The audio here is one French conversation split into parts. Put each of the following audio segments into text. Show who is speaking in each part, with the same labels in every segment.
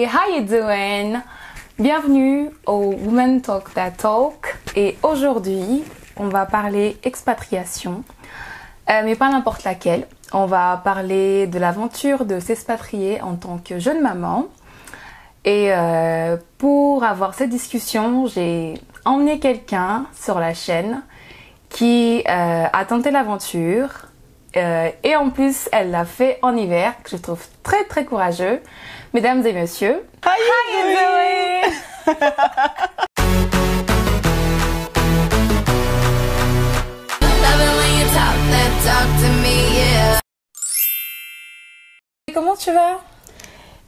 Speaker 1: How you doing? Bienvenue au Women Talk That Talk. Et aujourd'hui, on va parler expatriation, euh, mais pas n'importe laquelle. On va parler de l'aventure de s'expatrier en tant que jeune maman. Et euh, pour avoir cette discussion, j'ai emmené quelqu'un sur la chaîne qui euh, a tenté l'aventure. euh, et en plus, elle l'a fait en hiver, que je trouve très très courageux. Mesdames et messieurs,
Speaker 2: Hi,
Speaker 1: Zoé
Speaker 3: Loving when you talk that talk to me, yeah.
Speaker 1: Comment tu vas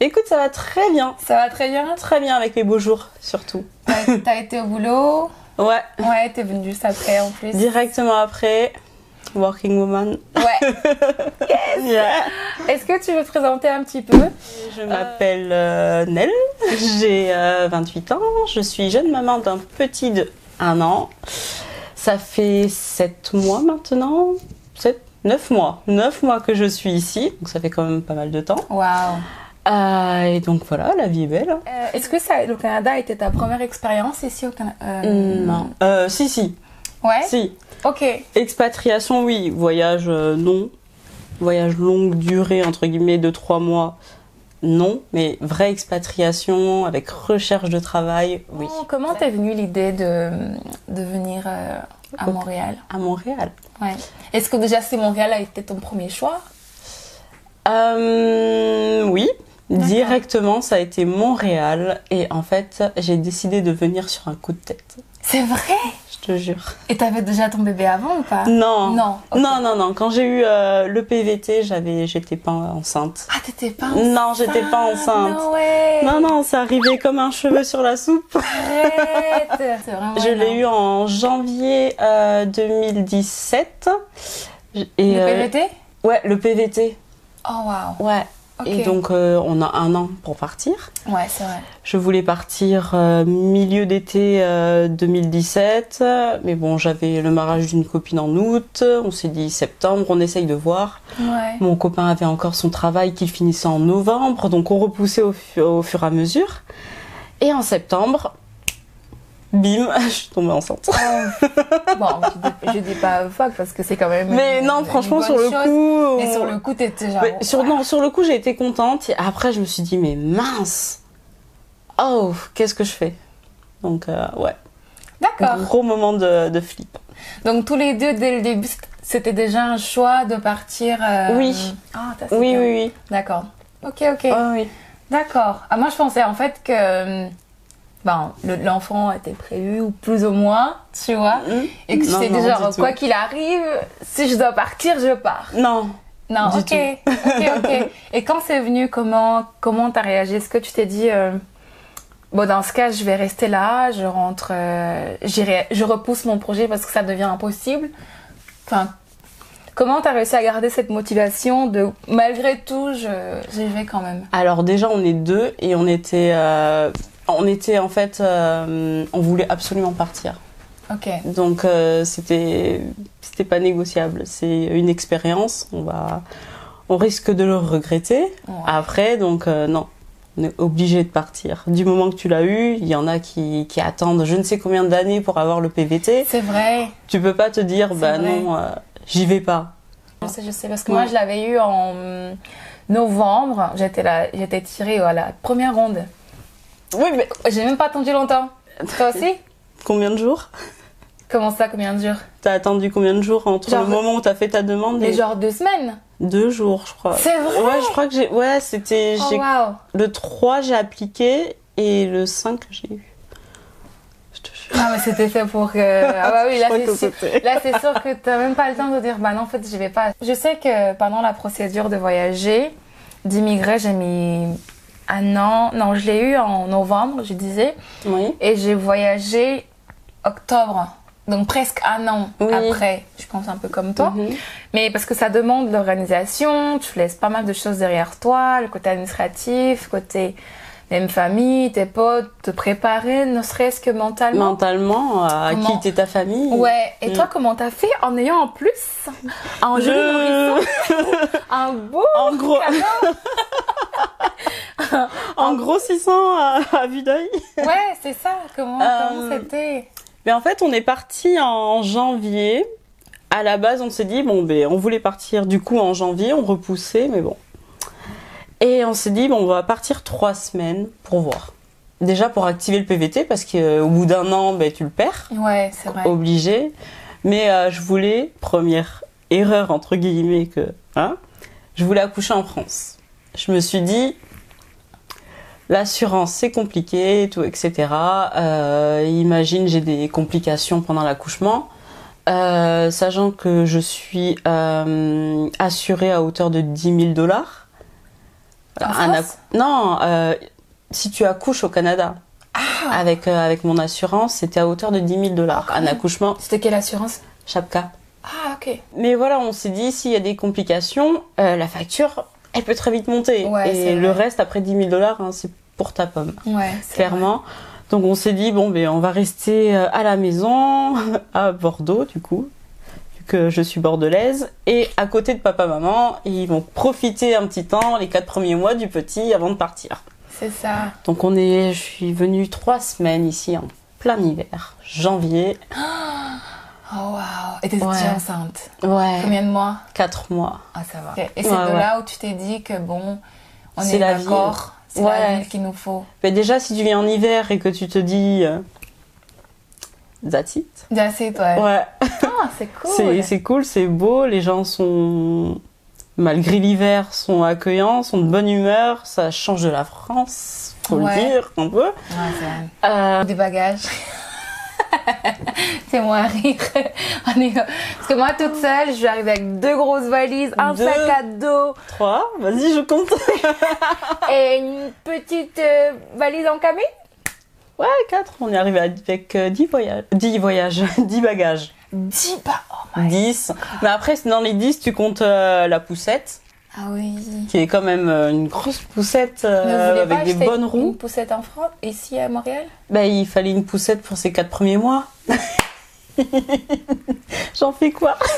Speaker 2: Écoute, ça va très bien.
Speaker 1: Ça va très bien
Speaker 2: Très bien avec les beaux jours, surtout.
Speaker 1: T'as t'as été au boulot
Speaker 2: Ouais,
Speaker 1: Ouais, t'es venue juste après en plus.
Speaker 2: directement après, Working Woman.
Speaker 1: Ouais.
Speaker 2: Yeah.
Speaker 1: Est-ce que tu veux te présenter un petit peu
Speaker 2: Je m'appelle euh, Nel, j'ai euh, 28 ans, je suis jeune maman d'un petit de 1 an. Ça fait 7 mois maintenant, 7, 9 mois, 9 mois que je suis ici, donc ça fait quand même pas mal de temps.
Speaker 1: Waouh
Speaker 2: Euh, et donc voilà, la vie est belle. hein.
Speaker 1: Euh, Est-ce que ça, le Canada était ta première expérience ici au Canada
Speaker 2: Non. Eh Euh, si, si,
Speaker 1: Ouais
Speaker 2: si.
Speaker 1: Ok.
Speaker 2: Expatriation, oui. Voyage, euh, non. Voyage longue durée, entre guillemets, de trois mois, non. Mais vraie expatriation avec recherche de travail, oui.
Speaker 1: Oh, comment t'es venue l'idée de, de venir euh, à
Speaker 2: Ok.
Speaker 1: Montréal
Speaker 2: À Montréal.
Speaker 1: Ouais. Est-ce que déjà c'est Montréal a été ton premier choix
Speaker 2: Euh, oui. Directement, ça a été Montréal. Et en fait, j'ai décidé de venir sur un coup de tête.
Speaker 1: C'est vrai
Speaker 2: Je te jure.
Speaker 1: Et t'avais déjà ton bébé avant ou pas
Speaker 2: Ah. Non.
Speaker 1: Non. ok.
Speaker 2: Non, non, non. Quand j'ai eu euh, le PVT, j'avais, j'étais pas enceinte.
Speaker 1: Ah, t'étais pas
Speaker 2: Non, j'étais pas enceinte.
Speaker 1: Non, ouais.
Speaker 2: Ah, Non, non, ça arrivait comme un cheveu sur la soupe.
Speaker 1: Arrête. C'est vraiment
Speaker 2: Je l'ai eu en janvier euh, 2017. Et,
Speaker 1: Le
Speaker 2: euh,
Speaker 1: PVT
Speaker 2: Ouais, le PVT.
Speaker 1: Oh, waouh.
Speaker 2: Ouais.
Speaker 1: Ok.
Speaker 2: Et donc, euh, on a un an pour partir.
Speaker 1: Ouais, c'est vrai.
Speaker 2: Je voulais partir euh, milieu d'été euh, 2017. Mais bon, j'avais le mariage d'une copine en août. On s'est dit septembre, on essaye de voir.
Speaker 1: Ouais.
Speaker 2: Mon copain avait encore son travail qui finissait en novembre. Donc, on repoussait au, fu- au fur et à mesure. Et en septembre, bim, je suis tombée enceinte.
Speaker 1: bon, je dis, je dis pas fuck parce que c'est quand même.
Speaker 2: Mais
Speaker 1: une-
Speaker 2: non,
Speaker 1: une
Speaker 2: franchement,
Speaker 1: bonne
Speaker 2: sur le
Speaker 1: chose.
Speaker 2: coup.
Speaker 1: Mais
Speaker 2: on-
Speaker 1: sur le coup, t'étais genre.
Speaker 2: Ouais, sur, non, sur le coup, j'ai été contente. Et après, je me suis dit, mais mince Oh, qu'est-ce que je fais Donc, euh, ouais.
Speaker 1: D'accord.
Speaker 2: Gros moment de, de flip.
Speaker 1: Donc tous les deux, dès le début, c'était déjà un choix de partir. euh,
Speaker 2: Oui.
Speaker 1: Ah, t'as c'est
Speaker 2: Oui, Ah.
Speaker 1: bien.
Speaker 2: oui, oui.
Speaker 1: D'accord. Ok, ok. D'accord. Ah, moi, je pensais en fait que. euh, Ben, le- l'enfant était prévu, ou plus ou moins, tu vois.
Speaker 2: Mhm.
Speaker 1: Et que
Speaker 2: Non,
Speaker 1: c'était
Speaker 2: non,
Speaker 1: déjà,
Speaker 2: du
Speaker 1: genre,
Speaker 2: tout.
Speaker 1: quoi qu'il arrive, si je dois partir, je pars.
Speaker 2: Non.
Speaker 1: Non,
Speaker 2: Du
Speaker 1: ok, ok, ok. Et quand c'est venu, comment comment t'as réagi Est-ce que tu t'es dit euh, bon dans ce cas je vais rester là, je rentre, euh, j'irai- je repousse mon projet parce que ça devient impossible. Enfin, comment t'as réussi à garder cette motivation de malgré tout je j'y vais quand même.
Speaker 2: Alors, déjà, on est deux et on était. euh, on était en fait. euh, on voulait absolument partir.
Speaker 1: Ok,
Speaker 2: Donc, euh, c'était. C'était pas négociable. C'est une expérience. On va. On risque de le regretter.
Speaker 1: Ouais.
Speaker 2: Après, donc euh, non, on est obligé de partir. Du moment que tu l'as eu, il y en a qui, qui attendent je ne sais combien d'années pour avoir le PVT.
Speaker 1: c'est vrai.
Speaker 2: Tu peux pas te dire,
Speaker 1: C'est
Speaker 2: bah
Speaker 1: vrai.
Speaker 2: non, euh, j'y vais pas.
Speaker 1: Je sais, je sais, parce que
Speaker 2: Ouais.
Speaker 1: moi je l'avais eu en novembre. J'étais là, j'étais tirée à la première ronde.
Speaker 2: Oui, mais
Speaker 1: J'ai même pas attendu longtemps. Toi aussi
Speaker 2: combien de jours
Speaker 1: Comment ça, combien de jours
Speaker 2: T'as attendu combien de jours entre
Speaker 1: Genre-
Speaker 2: le moment où t'as fait ta demande
Speaker 1: Mais
Speaker 2: et
Speaker 1: genre deux semaines
Speaker 2: deux jours, je crois.
Speaker 1: C'est vrai
Speaker 2: Ouais, je crois que j'ai. Ouais, c'était.
Speaker 1: Oh
Speaker 2: j'ai-
Speaker 1: wow
Speaker 2: Le 3, j'ai appliqué et le 5, j'ai eu. Je te jure.
Speaker 1: Non mais c'était fait pour que... Ah bah oui,
Speaker 2: Je
Speaker 1: là
Speaker 2: crois que
Speaker 1: c'est sûr,
Speaker 2: c'était-
Speaker 1: là, c'est sûr que t'as même pas le temps de dire bah non en fait j'y vais pas. Je sais que pendant la procédure de voyager, d'immigrer, j'ai mis un an... Non, je l'ai eu en novembre, je disais,
Speaker 2: Oui.
Speaker 1: et j'ai voyagé octobre. Donc presque un an
Speaker 2: Oui.
Speaker 1: après, je pense un peu comme toi.
Speaker 2: Mhm.
Speaker 1: Mais parce que ça demande l'organisation, tu laisses pas mal de choses derrière toi, le côté administratif, côté même famille, tes potes, te préparer, ne serait-ce que mentalement.
Speaker 2: Mentalement, euh, à
Speaker 1: Comment
Speaker 2: quitter ta famille.
Speaker 1: Ouais, et
Speaker 2: Mm.
Speaker 1: toi comment t'as fait en ayant en plus
Speaker 2: En
Speaker 1: joli
Speaker 2: jeu.
Speaker 1: un beau
Speaker 2: En gros. en grossissant à, à vue d'œil.
Speaker 1: Ouais, c'est ça. Comment
Speaker 2: Euh,
Speaker 1: comment c'était
Speaker 2: Mais en fait, on est parti en janvier. À la base, on s'est dit, bon, ben, on voulait partir du coup en janvier, on repoussait, mais bon. Et on s'est dit, bon, on va partir trois semaines pour voir. Déjà pour activer le PVT, parce qu'au bout d'un an, ben, tu le perds,
Speaker 1: Ouais, c'est vrai.
Speaker 2: oh, obligé. Mais euh, je voulais, première erreur entre guillemets, que hein, je voulais accoucher en France. Je me suis dit, l'assurance c'est compliqué, tout, etc. Euh, imagine j'ai des complications pendant l'accouchement. Euh, sachant que je suis euh, assurée à hauteur de 10 000 dollars.
Speaker 1: En France
Speaker 2: Non, euh, si tu accouches au Canada.
Speaker 1: Ah.
Speaker 2: Avec, euh, avec mon assurance, c'était à hauteur de 10 000 dollars. Un accouchement,
Speaker 1: C'était quelle assurance
Speaker 2: chapka.
Speaker 1: Ah, ok.
Speaker 2: Mais voilà, on s'est dit, s'il y a des complications, euh, la facture, elle peut très vite monter.
Speaker 1: Ouais, c'est
Speaker 2: Et le
Speaker 1: vrai.
Speaker 2: reste, après 10 000 dollars, hein, c'est pour ta pomme
Speaker 1: Ouais, c'est
Speaker 2: clairement. Donc on s'est dit bon ben on va rester euh, à la maison à Bordeaux du coup vu que je suis bordelaise et à côté de papa maman et ils vont profiter un petit temps les quatre premiers mois du petit avant de partir.
Speaker 1: vrai. C'est ça.
Speaker 2: Donc on est je suis venue trois semaines ici en plein hiver janvier
Speaker 1: Oh, waouh. Et t'es
Speaker 2: Ouais.
Speaker 1: déjà enceinte.
Speaker 2: ouais
Speaker 1: Combien de mois
Speaker 2: quatre mois
Speaker 1: Ah, ça va. Et c'est
Speaker 2: Ouais,
Speaker 1: de
Speaker 2: ouais.
Speaker 1: là où tu t'es dit que bon, on est,
Speaker 2: C'est la vie.
Speaker 1: d'accord, c'est la
Speaker 2: Ouais.
Speaker 1: vie qu'il nous faut.
Speaker 2: mais déjà si tu viens en hiver et que tu te dis euh, that's it
Speaker 1: Déjà, c'est toi.
Speaker 2: ouais
Speaker 1: Ah, c'est
Speaker 2: C'est
Speaker 1: cool.
Speaker 2: c'est cool, c'est beau, les gens sont, malgré l'hiver, sont accueillants, sont de bonne humeur, ça change de la France, faut
Speaker 1: Ouais.
Speaker 2: le dire un peu.
Speaker 1: Ouais, c'est vrai.
Speaker 2: Euh,
Speaker 1: Des bagages. C'est moi à rire. On est- Parce que moi, toute seule, je suis arrivée avec deux grosses valises, un
Speaker 2: Deux.
Speaker 1: sac à dos
Speaker 2: trois, vas-y, je compte.
Speaker 1: et une petite euh, valise en camion.
Speaker 2: Ouais, quatre, on est arrivé avec euh, dix voyages, dix voyages, dix bagages,
Speaker 1: Dis pas. oh.
Speaker 2: dix. Mais après, c'est dans les dix, tu comptes euh, la poussette,
Speaker 1: Ah oui.
Speaker 2: qui est quand même euh, une grosse poussette
Speaker 1: Mais
Speaker 2: euh,
Speaker 1: vous voulez pas
Speaker 2: avec des
Speaker 1: acheter
Speaker 2: bonnes
Speaker 1: Une
Speaker 2: roues.
Speaker 1: poussette en France, ici à Montréal
Speaker 2: Bah, il fallait une poussette pour ces quatre premiers mois. J'en fais quoi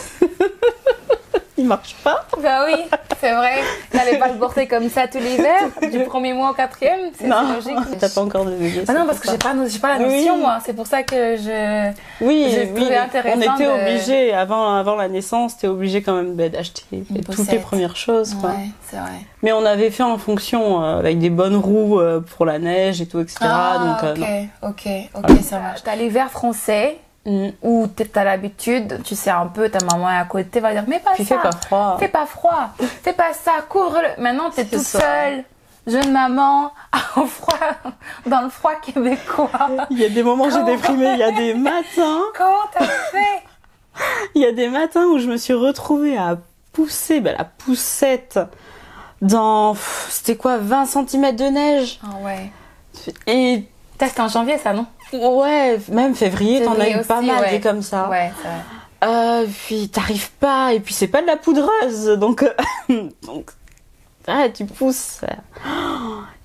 Speaker 2: Il marche pas.
Speaker 1: Bah oui, c'est vrai. T'allais pas le porter comme ça tout l'hiver, du premier mois au quatrième, c'est c'est
Speaker 2: Non,
Speaker 1: logique.
Speaker 2: t'as pas encore de bébé.
Speaker 1: Ah
Speaker 2: c'est
Speaker 1: non,
Speaker 2: pour
Speaker 1: parce que
Speaker 2: ça.
Speaker 1: j'ai pas, j'ai pas la
Speaker 2: Oui.
Speaker 1: notion, moi. C'est pour ça que je.
Speaker 2: Oui,
Speaker 1: j'ai
Speaker 2: oui,
Speaker 1: trouvé
Speaker 2: mais
Speaker 1: intéressant
Speaker 2: on était
Speaker 1: de-
Speaker 2: obligé avant avant la naissance, t'es obligé quand même ben, d'acheter toutes les
Speaker 1: poussette.
Speaker 2: premières choses. Quoi.
Speaker 1: Ouais, c'est vrai.
Speaker 2: Mais on avait fait en fonction euh, avec des bonnes roues euh, pour la neige et tout, etc. donc euh,
Speaker 1: Ah, ok,
Speaker 2: non.
Speaker 1: ok, ok, ça marche. T'as les verts français
Speaker 2: Mm.
Speaker 1: où t'es- t'as l'habitude, tu sais un peu, ta maman est à côté, va dire mais pas
Speaker 2: Puis
Speaker 1: ça.
Speaker 2: fait pas froid.
Speaker 1: Fais pas froid, fais pas ça, couvre le. Maintenant t'es
Speaker 2: C'est
Speaker 1: toute
Speaker 2: ça.
Speaker 1: seule, jeune maman, au froid, dans le froid québécois.
Speaker 2: Il y a des moments où j'ai
Speaker 1: Comment
Speaker 2: déprimé, il y a des matins,
Speaker 1: Comment t'as fait
Speaker 2: il y a des matins où je me suis retrouvée à pousser ben, la poussette dans pff, c'était quoi 20 cm de neige
Speaker 1: Ah ouais.
Speaker 2: et
Speaker 1: T'as c'était en janvier ça non
Speaker 2: Ouais, même février, t'en as
Speaker 1: Février
Speaker 2: eu pas
Speaker 1: aussi,
Speaker 2: mal
Speaker 1: ouais.
Speaker 2: des comme ça.
Speaker 1: Ouais, c'est vrai.
Speaker 2: Euh, puis t'arrives pas, et puis c'est pas de la poudreuse, donc euh, donc ah tu pousses euh,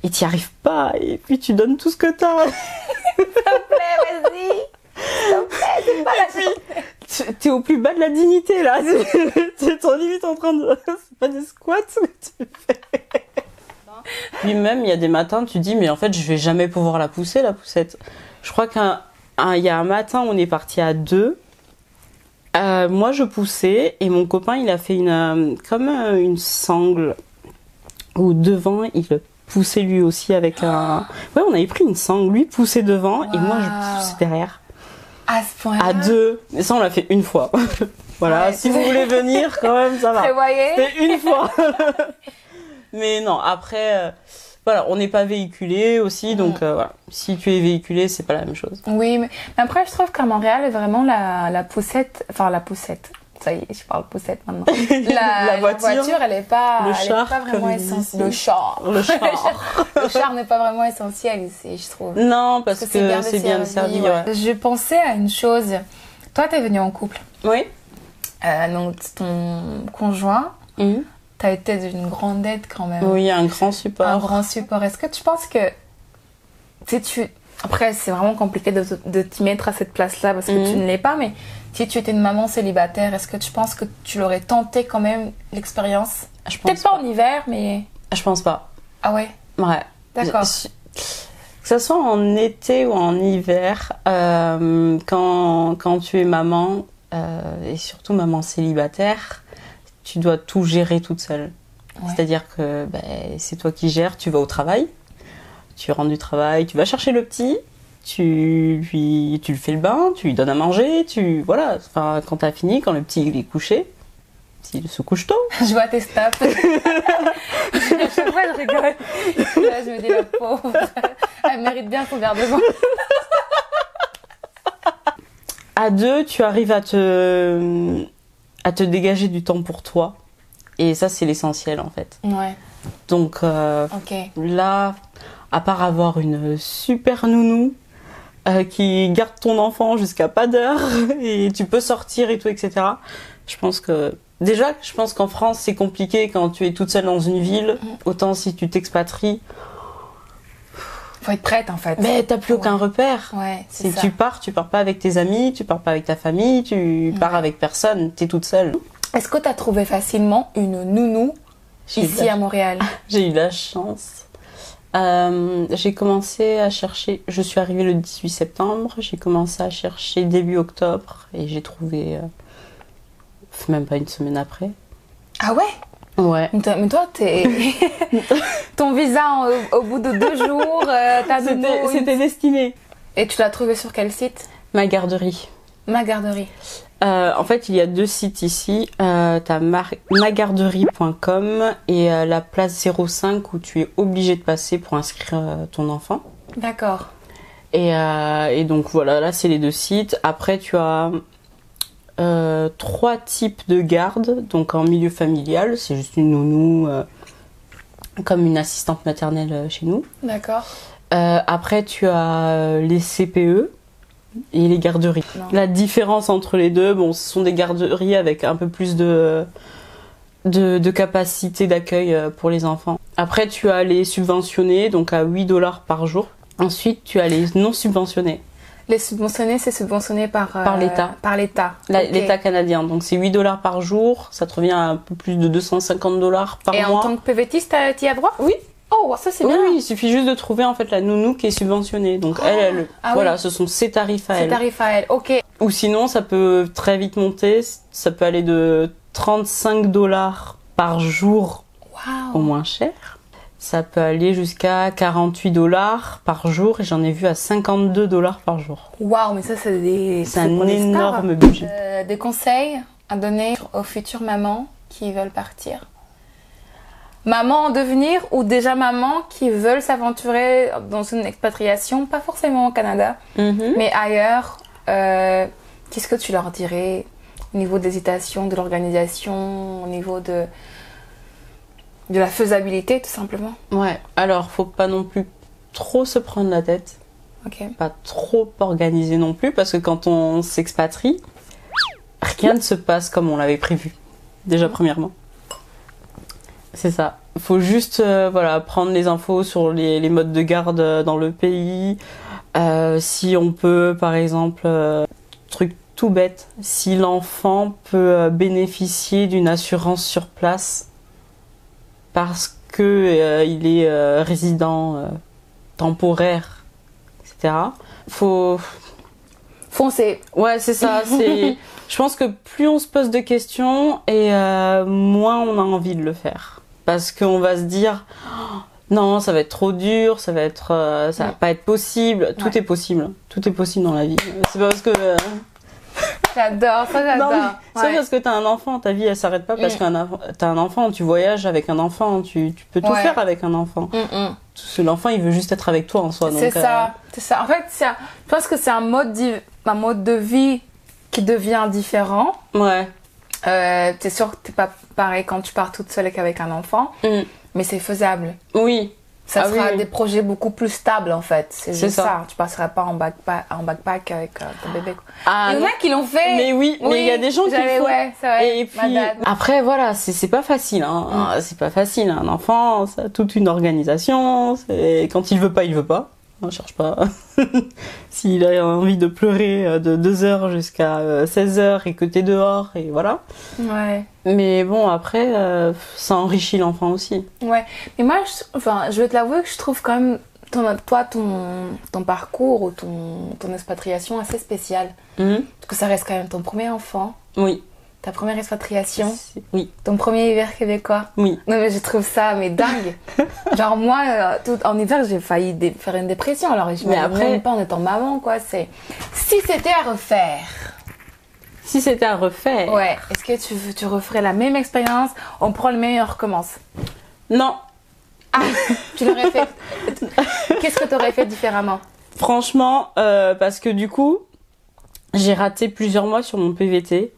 Speaker 2: et t'y arrives pas, et puis tu donnes tout ce que t'as.
Speaker 1: Ouais, vas-y. S'il te plaît, c'est pas la
Speaker 2: Tu- T'es au plus bas de la dignité là. T'es t'es en limite en train de, c'est pas des squats que tu fais. Puis même il y a des matins tu dis mais en fait je vais jamais pouvoir la pousser la poussette. Je crois qu'un un- il y a un matin on est parti à deux. Euh, moi je poussais et mon copain il a fait une euh, comme euh, une sangle où devant il poussait lui aussi avec un ouais on avait pris une sangle lui poussait devant et moi
Speaker 1: Waouh.
Speaker 2: je poussais derrière
Speaker 1: À ce point-là.
Speaker 2: à deux. Mais ça, on l'a fait une fois. voilà,
Speaker 1: Ouais.
Speaker 2: si vous voulez venir, quand même, ça va.
Speaker 1: Prévoyez.
Speaker 2: C'était une fois. Mais non, après, euh, voilà, on n'est pas véhiculé aussi, donc euh, voilà. Si tu es véhiculé, c'est pas la même chose.
Speaker 1: Oui, mais, mais après, je trouve qu'à Montréal, vraiment, la, la poussette, enfin, la poussette, ça y est, je parle poussette maintenant. La,
Speaker 2: La voiture.
Speaker 1: elle est pas,
Speaker 2: Le
Speaker 1: elle est
Speaker 2: char,
Speaker 1: pas vraiment
Speaker 2: comme ils disent
Speaker 1: essentielle.
Speaker 2: ici.
Speaker 1: Le char.
Speaker 2: Le char.
Speaker 1: Le char n'est pas vraiment essentiel ici, je trouve.
Speaker 2: non, parce que c'est bien servi, ouais.
Speaker 1: Je pensais à une chose. Toi, t'es venu en couple.
Speaker 2: Oui.
Speaker 1: Euh, donc, ton conjoint,
Speaker 2: Mm.
Speaker 1: t'as été d'une grande aide quand même.
Speaker 2: Oui, un grand support.
Speaker 1: un grand support. Est-ce que tu penses que si tu après c'est vraiment compliqué de, de t'y mettre à cette place-là parce que
Speaker 2: Mhm.
Speaker 1: tu ne l'es pas, mais si tu étais une maman célibataire, est-ce que tu penses que tu l'aurais tenté quand même l'expérience
Speaker 2: Je pense,
Speaker 1: Peut-être pas en hiver, mais
Speaker 2: je pense pas.
Speaker 1: ah ouais.
Speaker 2: Ouais.
Speaker 1: D'accord.
Speaker 2: Je- Que ce soit en été ou en hiver, euh, quand, quand tu es maman, euh, et surtout maman célibataire, tu dois tout gérer toute seule.
Speaker 1: Ouais.
Speaker 2: C'est-à-dire que ben, c'est toi qui gères, tu vas au travail, tu rentres du travail, tu vas chercher le petit, tu lui tu lui fais le bain, tu lui donnes à manger, tu voilà, enfin, quand t'as fini, quand le petit il est couché, s'il se couche tôt,
Speaker 1: Je vois tes snaps. à chaque fois, je rigole. Là, je me dis, la pauvre, elle mérite bien son garde-manger.
Speaker 2: à deux, tu arrives à te, à te dégager du temps pour toi. Et ça, c'est l'essentiel en fait.
Speaker 1: Ouais,
Speaker 2: Donc euh,
Speaker 1: ok.
Speaker 2: là, à part avoir une super nounou euh, qui garde ton enfant jusqu'à pas d'heure et tu peux sortir et tout, etc. Je pense que déjà, je pense qu'en France, c'est compliqué quand tu es toute seule dans une ville. Autant si tu t'expatries,
Speaker 1: Faut être prête, en fait.
Speaker 2: mais t'as plus aucun repère.
Speaker 1: Ouais, c'est
Speaker 2: Si
Speaker 1: ça.
Speaker 2: tu pars, tu pars pas avec tes amis, tu pars pas avec ta famille, tu pars avec personne, t'es toute seule.
Speaker 1: Est-ce que t'as trouvé facilement une nounou
Speaker 2: J'ai eu de
Speaker 1: ici
Speaker 2: la-
Speaker 1: à Montréal
Speaker 2: J'ai eu de la chance. Euh, j'ai commencé à chercher, je suis arrivée le 18 septembre, j'ai commencé à chercher début octobre et j'ai trouvé, euh, même pas une semaine après.
Speaker 1: Ah ouais
Speaker 2: Ouais.
Speaker 1: Mais toi- mais toi, t'es. Ton visa, en- au bout de deux jours, euh,
Speaker 2: Ah,
Speaker 1: t'as de
Speaker 2: C'était
Speaker 1: nouveau une-
Speaker 2: c'était destiné.
Speaker 1: Et tu l'as trouvé sur quel site
Speaker 2: Ma garderie.
Speaker 1: Ma garderie.
Speaker 2: Euh, en fait, il y a deux sites ici. Euh, T'as mar- magarderie.com et euh, la place 05 où tu es obligé de passer pour inscrire euh, ton enfant.
Speaker 1: D'accord.
Speaker 2: Et, euh, et donc voilà, là c'est les deux sites. Après, tu as euh, trois types de garde. Donc en milieu familial, c'est juste une nounou euh, comme une assistante maternelle euh, chez nous.
Speaker 1: D'accord.
Speaker 2: Euh, après, tu as euh, les CPE et les garderies.
Speaker 1: Non.
Speaker 2: La différence entre les deux, bon, ce sont des garderies avec un peu plus de, de, de capacité d'accueil euh, pour les enfants. Après, tu as les subventionnés, donc à 8 dollars par jour. Ensuite, tu as les non subventionnés,
Speaker 1: Les subventionnés, c'est subventionné par. euh,
Speaker 2: Par l'État.
Speaker 1: Par l'État.
Speaker 2: la-
Speaker 1: Ok.
Speaker 2: l'État canadien. Donc c'est 8 dollars par jour, ça te revient à un peu plus de 250 dollars par
Speaker 1: Et
Speaker 2: mois.
Speaker 1: en tant que PVTiste, t'as- t'y as droit
Speaker 2: Oui.
Speaker 1: Oh, ça c'est
Speaker 2: Oui,
Speaker 1: bien.
Speaker 2: oui, il suffit juste de trouver en fait la nounou qui est subventionnée. Donc elle, elle-
Speaker 1: Ah oui.
Speaker 2: voilà, ce sont ses tarifs à
Speaker 1: C'est
Speaker 2: elle.
Speaker 1: tarif à elle. Ok.
Speaker 2: Ou sinon, ça peut très vite monter. Ça peut aller de 35 dollars par jour au
Speaker 1: Waouh.
Speaker 2: moins cher. Ça peut aller jusqu'à 48 dollars par jour et j'en ai vu à 52 dollars par jour.
Speaker 1: Waouh, mais ça c'est des.
Speaker 2: C'est
Speaker 1: pour
Speaker 2: un
Speaker 1: les stars.
Speaker 2: énorme budget.
Speaker 1: Euh, des conseils à donner aux futures mamans qui veulent partir. Maman en devenir ou déjà maman qui veulent s'aventurer dans une expatriation, pas forcément au Canada, mais ailleurs. euh, Qu'est-ce que tu leur dirais au niveau des hésitations, de l'organisation, au niveau de de la faisabilité tout simplement.
Speaker 2: Ouais, alors faut pas non plus trop se prendre la tête,
Speaker 1: Ok.
Speaker 2: pas trop organiser non plus parce que quand on s'expatrie, rien ne se passe comme on l'avait prévu. Déjà premièrement. C'est ça. Faut juste euh, voilà prendre les infos sur les, les modes de garde euh, dans le pays. Euh, si on peut, par exemple, euh, truc tout bête, si l'enfant peut euh, bénéficier d'une assurance sur place parce que euh, il est euh, résident euh, temporaire, etc. Faut
Speaker 1: Foncez.
Speaker 2: Ouais, c'est ça. C'est. Je pense que plus on se pose de questions et euh, moins on a envie de le faire, parce qu'on va se dire Oh, non, ça va être trop dur, ça va être, euh, ça va
Speaker 1: Ouais.
Speaker 2: pas être possible. Tout
Speaker 1: Ouais.
Speaker 2: est possible. Tout est possible dans la vie. C'est pas parce que euh,
Speaker 1: J'adore, ça
Speaker 2: non,
Speaker 1: j'adore.
Speaker 2: mais c'est pas
Speaker 1: Ah bah, Ouais.
Speaker 2: parce que t'as un enfant, ta vie elle s'arrête pas parce
Speaker 1: Mm.
Speaker 2: que t'as un enfant, tu voyages avec un enfant, tu, tu peux tout
Speaker 1: Ouais.
Speaker 2: faire avec un enfant.
Speaker 1: Mm, mm.
Speaker 2: Parce que l'enfant il veut juste être avec toi en soi.
Speaker 1: C'est
Speaker 2: donc, euh,
Speaker 1: ça, c'est ça. En fait, c'est un- je pense que c'est un mode, d'i- un mode de vie qui devient différent.
Speaker 2: Ouais.
Speaker 1: Euh, t'es sûr que t'es pas pareil quand tu pars toute seule qu'avec un enfant,
Speaker 2: Mm.
Speaker 1: mais c'est faisable.
Speaker 2: Oui.
Speaker 1: Ça
Speaker 2: Ah
Speaker 1: sera
Speaker 2: oui.
Speaker 1: des projets beaucoup plus stables en fait. C'est
Speaker 2: C'est
Speaker 1: juste ça.
Speaker 2: ça.
Speaker 1: Tu passeras pas en backpack, en backpack avec euh, ton bébé. quoi.
Speaker 2: Ah,
Speaker 1: Il y en
Speaker 2: non.
Speaker 1: a qui l'ont fait.
Speaker 2: Mais oui, mais il y a des gens qui le
Speaker 1: j'avais-
Speaker 2: font.
Speaker 1: Ouais, c'est vrai.
Speaker 2: Et puis
Speaker 1: ma Mm. dad.
Speaker 2: après voilà, c'est c'est pas facile Ah, hein. C'est pas facile un enfant, ça a toute une organisation, c'est quand il veut pas, il veut pas. On cherche pas. S'il a envie de pleurer euh, de 2h jusqu'à 16h et que t'es dehors, et voilà.
Speaker 1: Ouais.
Speaker 2: Mais bon, après, euh, ça enrichit l'enfant aussi.
Speaker 1: Ouais, mais moi, je, enfin, je vais te l'avouer que je trouve quand même ton, toi, ton, ton parcours ou ton, ton expatriation assez spécial. Parce que ça reste quand même ton premier enfant,
Speaker 2: Oui.
Speaker 1: ta première expatriation,
Speaker 2: C'est- Oui,
Speaker 1: ton premier hiver québécois.
Speaker 2: oui.
Speaker 1: Non, mais je trouve ça, mais dingue. Genre, moi, euh, tout- en hiver, j'ai failli dé- faire une dépression. Alors, je
Speaker 2: Mais
Speaker 1: m'imagine
Speaker 2: après-
Speaker 1: même pas en étant maman, quoi. C'est. Si c'était à refaire,
Speaker 2: Si c'était à refaire.
Speaker 1: ouais, est-ce que tu, tu referais la même expérience On prend le meilleur, on recommence.
Speaker 2: Non,
Speaker 1: Tu l'aurais fait. Qu'est-ce que tu aurais fait différemment
Speaker 2: franchement, euh, parce que du coup, j'ai raté plusieurs mois sur mon PVT.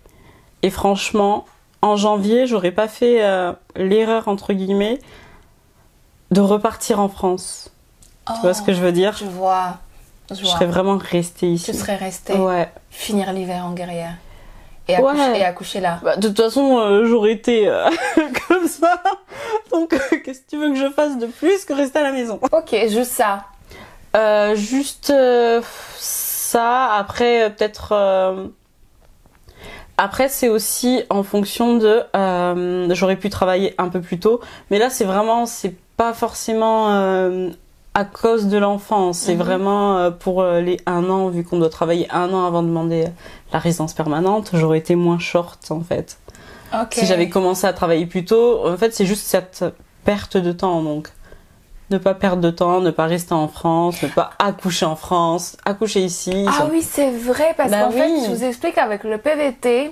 Speaker 2: Et franchement, en janvier, j'aurais pas fait euh, l'erreur, entre guillemets, de repartir en France. Tu vois ce que je veux dire
Speaker 1: Oh, Je vois. Je
Speaker 2: Je
Speaker 1: vois.
Speaker 2: serais vraiment restée ici.
Speaker 1: Tu serais restée
Speaker 2: Ouais.
Speaker 1: finir l'hiver en guerrière. Et
Speaker 2: Ouais.
Speaker 1: accoucher, et accoucher là.
Speaker 2: Bah, de toute façon, euh, j'aurais été euh, comme ça. Donc, euh, qu'est-ce que tu veux que je fasse de plus que rester à la maison
Speaker 1: Ok, juste ça.
Speaker 2: Euh, juste euh, ça. Après, euh, peut-être. euh, Après, c'est aussi en fonction de. euh, J'aurais pu travailler un peu plus tôt, mais là, c'est vraiment, c'est pas forcément euh, à cause de l'enfant. C'est
Speaker 1: Mhm.
Speaker 2: vraiment euh, pour euh, les un an, vu qu'on doit travailler un an avant de demander la résidence permanente. J'aurais été moins short en fait.
Speaker 1: Ok.
Speaker 2: Si j'avais commencé à travailler plus tôt, en fait, c'est juste cette perte de temps, donc. Ne pas perdre de temps, ne pas rester en France, ne pas accoucher en France, accoucher ici. ils
Speaker 1: Ah
Speaker 2: sont-
Speaker 1: oui, c'est vrai, parce
Speaker 2: Bah
Speaker 1: qu'en fait,
Speaker 2: oui.
Speaker 1: je vous explique, avec le PVT, euh,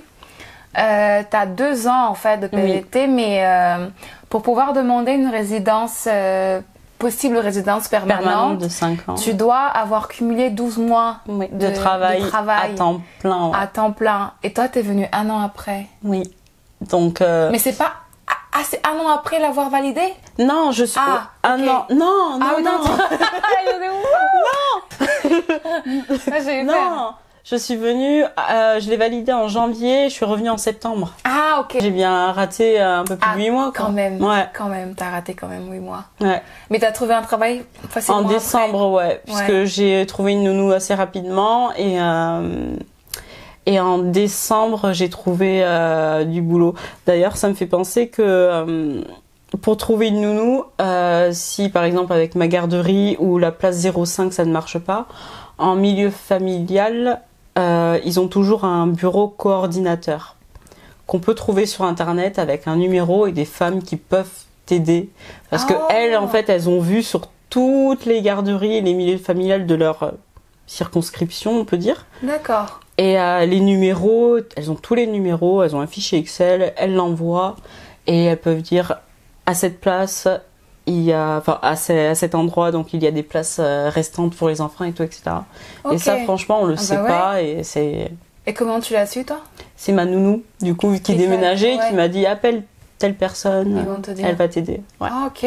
Speaker 1: t'as deux ans en fait de PVT, mais euh, pour pouvoir demander une résidence, euh, possible résidence
Speaker 2: Permanent
Speaker 1: permanente,
Speaker 2: de 5 ans.
Speaker 1: tu dois avoir cumulé 12 mois
Speaker 2: Oui, de,
Speaker 1: de-
Speaker 2: travail
Speaker 1: de travail. Ah.
Speaker 2: à temps plein. ouais.
Speaker 1: à temps plein. Et toi, t'es venu un an après.
Speaker 2: Oui. Donc, euh,
Speaker 1: Mais c'est pas. Ah, ah, c'est un an après l'avoir validé
Speaker 2: non, je suis.
Speaker 1: Ah, ok.
Speaker 2: non, non, non,
Speaker 1: Ah oui, non,
Speaker 2: non,
Speaker 1: Ah, j'ai eu peur.
Speaker 2: non. Je suis venue, euh, je l'ai validé en janvier, je suis revenue en septembre.
Speaker 1: Ah, ok.
Speaker 2: J'ai bien raté euh, un peu plus
Speaker 1: Ah,
Speaker 2: de 8 mois. quoi.
Speaker 1: Quand même,
Speaker 2: Ouais,
Speaker 1: quand même, t'as raté quand même 8 mois.
Speaker 2: ouais.
Speaker 1: Mais t'as trouvé un travail facilement
Speaker 2: En
Speaker 1: après.
Speaker 2: décembre, ouais, puisque j'ai trouvé une nounou assez rapidement et euh, et en décembre j'ai trouvé euh, du boulot. D'ailleurs, ça me fait penser que euh, pour trouver une nounou, euh, si par exemple avec ma garderie ou la place 05 ça ne marche pas, en milieu familial, euh, ils ont toujours un bureau coordinateur qu'on peut trouver sur internet avec un numéro et des femmes qui peuvent t'aider parce que
Speaker 1: Oh.
Speaker 2: elles en fait elles ont vu sur toutes les garderies et les milieux familiales de leur euh, circonscription on peut dire
Speaker 1: D'accord.
Speaker 2: et euh, les numéros elles ont tous les numéros elles ont un fichier Excel elles l'envoient et elles peuvent dire à cette place il y a enfin à, ce- à cet endroit donc il y a des places euh, restantes pour les enfants et tout etc
Speaker 1: Ok.
Speaker 2: et ça franchement on le
Speaker 1: bah
Speaker 2: sait
Speaker 1: ouais.
Speaker 2: pas et c'est
Speaker 1: Et comment tu l'as su, toi
Speaker 2: c'est ma nounou, du coup, qui
Speaker 1: Qui
Speaker 2: déménageait,
Speaker 1: fait- ouais.
Speaker 2: qui m'a dit appelle telle
Speaker 1: Ils
Speaker 2: personne,
Speaker 1: vont te dire.
Speaker 2: elle va t'aider. Ouais.
Speaker 1: Ah, ok.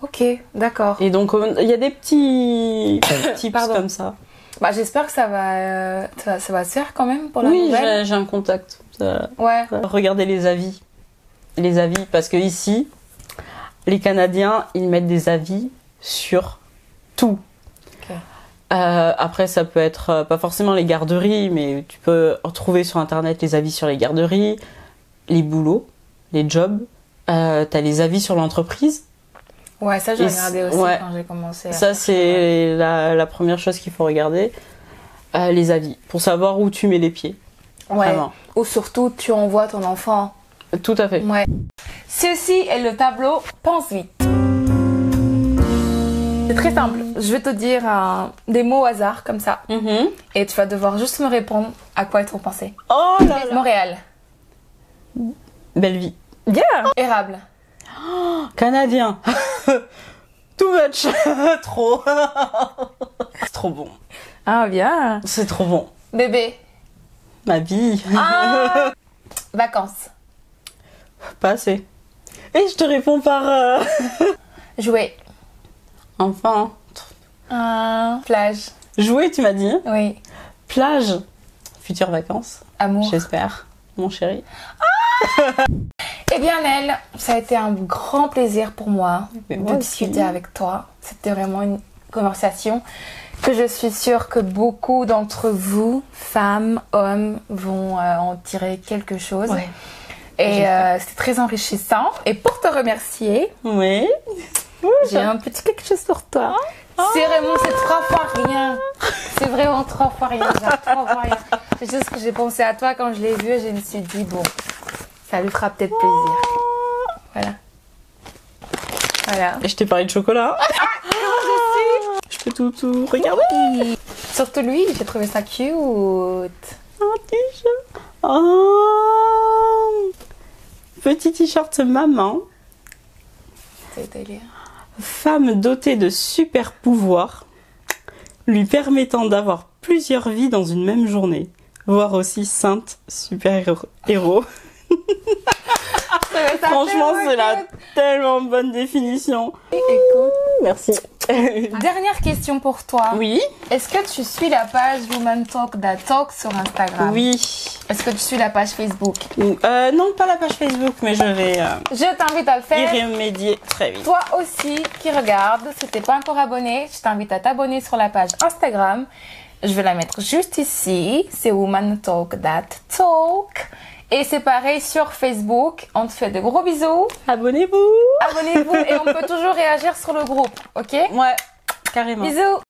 Speaker 1: Ok, d'accord.
Speaker 2: Et donc, on- il y a des petits tips
Speaker 1: Oh. Pardon.
Speaker 2: comme ça.
Speaker 1: Bah, J'espère que ça va, euh, ça, va- ça va se faire quand même pour la
Speaker 2: oui,
Speaker 1: nouvelle.
Speaker 2: j'ai j'ai un contact. Euh,
Speaker 1: Ouais.
Speaker 2: Regardez les avis. Les avis, parce que ici, les Canadiens, ils mettent des avis sur tout.
Speaker 1: Ok.
Speaker 2: Euh, après, ça peut être euh, pas forcément les garderies, mais tu peux retrouver sur internet les avis sur les garderies, les boulots, les jobs. Euh, T'as les avis sur l'entreprise.
Speaker 1: Ouais, ça j'ai
Speaker 2: Et
Speaker 1: regardé
Speaker 2: c'est-
Speaker 1: aussi
Speaker 2: ouais.
Speaker 1: quand j'ai commencé. à-
Speaker 2: Ça, c'est la, la première chose qu'il faut regarder. Euh, les avis, pour savoir où tu mets les pieds.
Speaker 1: ouais.
Speaker 2: Vraiment.
Speaker 1: Ou surtout, tu envoies ton enfant.
Speaker 2: Tout à fait.
Speaker 1: Ouais. Ceci est le tableau Pense vite. C'est très simple. Je vais te dire euh, des mots au hasard comme ça.
Speaker 2: Mhm.
Speaker 1: Et tu vas devoir juste me répondre à quoi ils ont pensé.
Speaker 2: Oh là là
Speaker 1: Montréal.
Speaker 2: Belle vie.
Speaker 1: Bien. Érable.
Speaker 2: Canadien. Too much. trop. c'est trop bon.
Speaker 1: Ah bien.
Speaker 2: C'est trop bon.
Speaker 1: Bébé.
Speaker 2: Ma vie.
Speaker 1: Ah. Vacances.
Speaker 2: Pas assez. Et je te réponds par... euh,
Speaker 1: Jouer.
Speaker 2: Enfin.
Speaker 1: Plage.
Speaker 2: Jouer, tu m'as dit.
Speaker 1: Oui.
Speaker 2: Plage. Futures vacances,
Speaker 1: Amour.
Speaker 2: j'espère. Mon chéri.
Speaker 1: Eh bien Nel, ça a été un grand plaisir pour moi
Speaker 2: Mais
Speaker 1: de
Speaker 2: moi aussi.
Speaker 1: discuter avec toi. C'était vraiment une conversation que je suis sûre que beaucoup d'entre vous, femmes, hommes, vont euh, en tirer quelque chose.
Speaker 2: Ouais.
Speaker 1: Et euh, c'était très enrichissant. Et pour te remercier,
Speaker 2: Oui.
Speaker 1: j'ai un petit quelque chose pour toi. C'est vraiment, c'est trois fois rien. C'est vraiment trois fois rien. Jacques, trois fois rien. C'est juste que j'ai pensé à toi quand je l'ai vu et je me suis dit, bon, ça lui fera peut-être plaisir. Voilà. Voilà.
Speaker 2: Et je t'ai parlé de chocolat.
Speaker 1: Ah,
Speaker 2: je peux tout, tout regarder.
Speaker 1: Surtout lui, j'ai trouvé ça cute.
Speaker 2: Un t-shirt. Oh. Petit t-shirt maman.
Speaker 1: C'est délire.
Speaker 2: Femme dotée de super pouvoirs, lui permettant d'avoir plusieurs vies dans une même journée, voire aussi sainte super-héros. Franchement, c'est la tellement bonne définition. Merci.
Speaker 1: Dernière question pour toi.
Speaker 2: Oui
Speaker 1: Est-ce que tu suis la page Woman Talk That Talk sur Instagram
Speaker 2: Oui.
Speaker 1: Est-ce que tu suis la page Facebook
Speaker 2: Euh, non, pas la page Facebook, mais je vais euh,
Speaker 1: Je t'invite à le
Speaker 2: y
Speaker 1: faire.
Speaker 2: remédier très vite.
Speaker 1: Toi aussi qui regarde, si t'es pas encore abonné, je t'invite à t'abonner sur la page Instagram. Je vais la mettre juste ici. C'est Woman Talk That Talk. Et c'est pareil sur Facebook. On te fait de gros bisous.
Speaker 2: Abonnez-vous
Speaker 1: Abonnez-vous et on peut toujours réagir sur le groupe. Ok
Speaker 2: Ouais, carrément.
Speaker 1: Bisous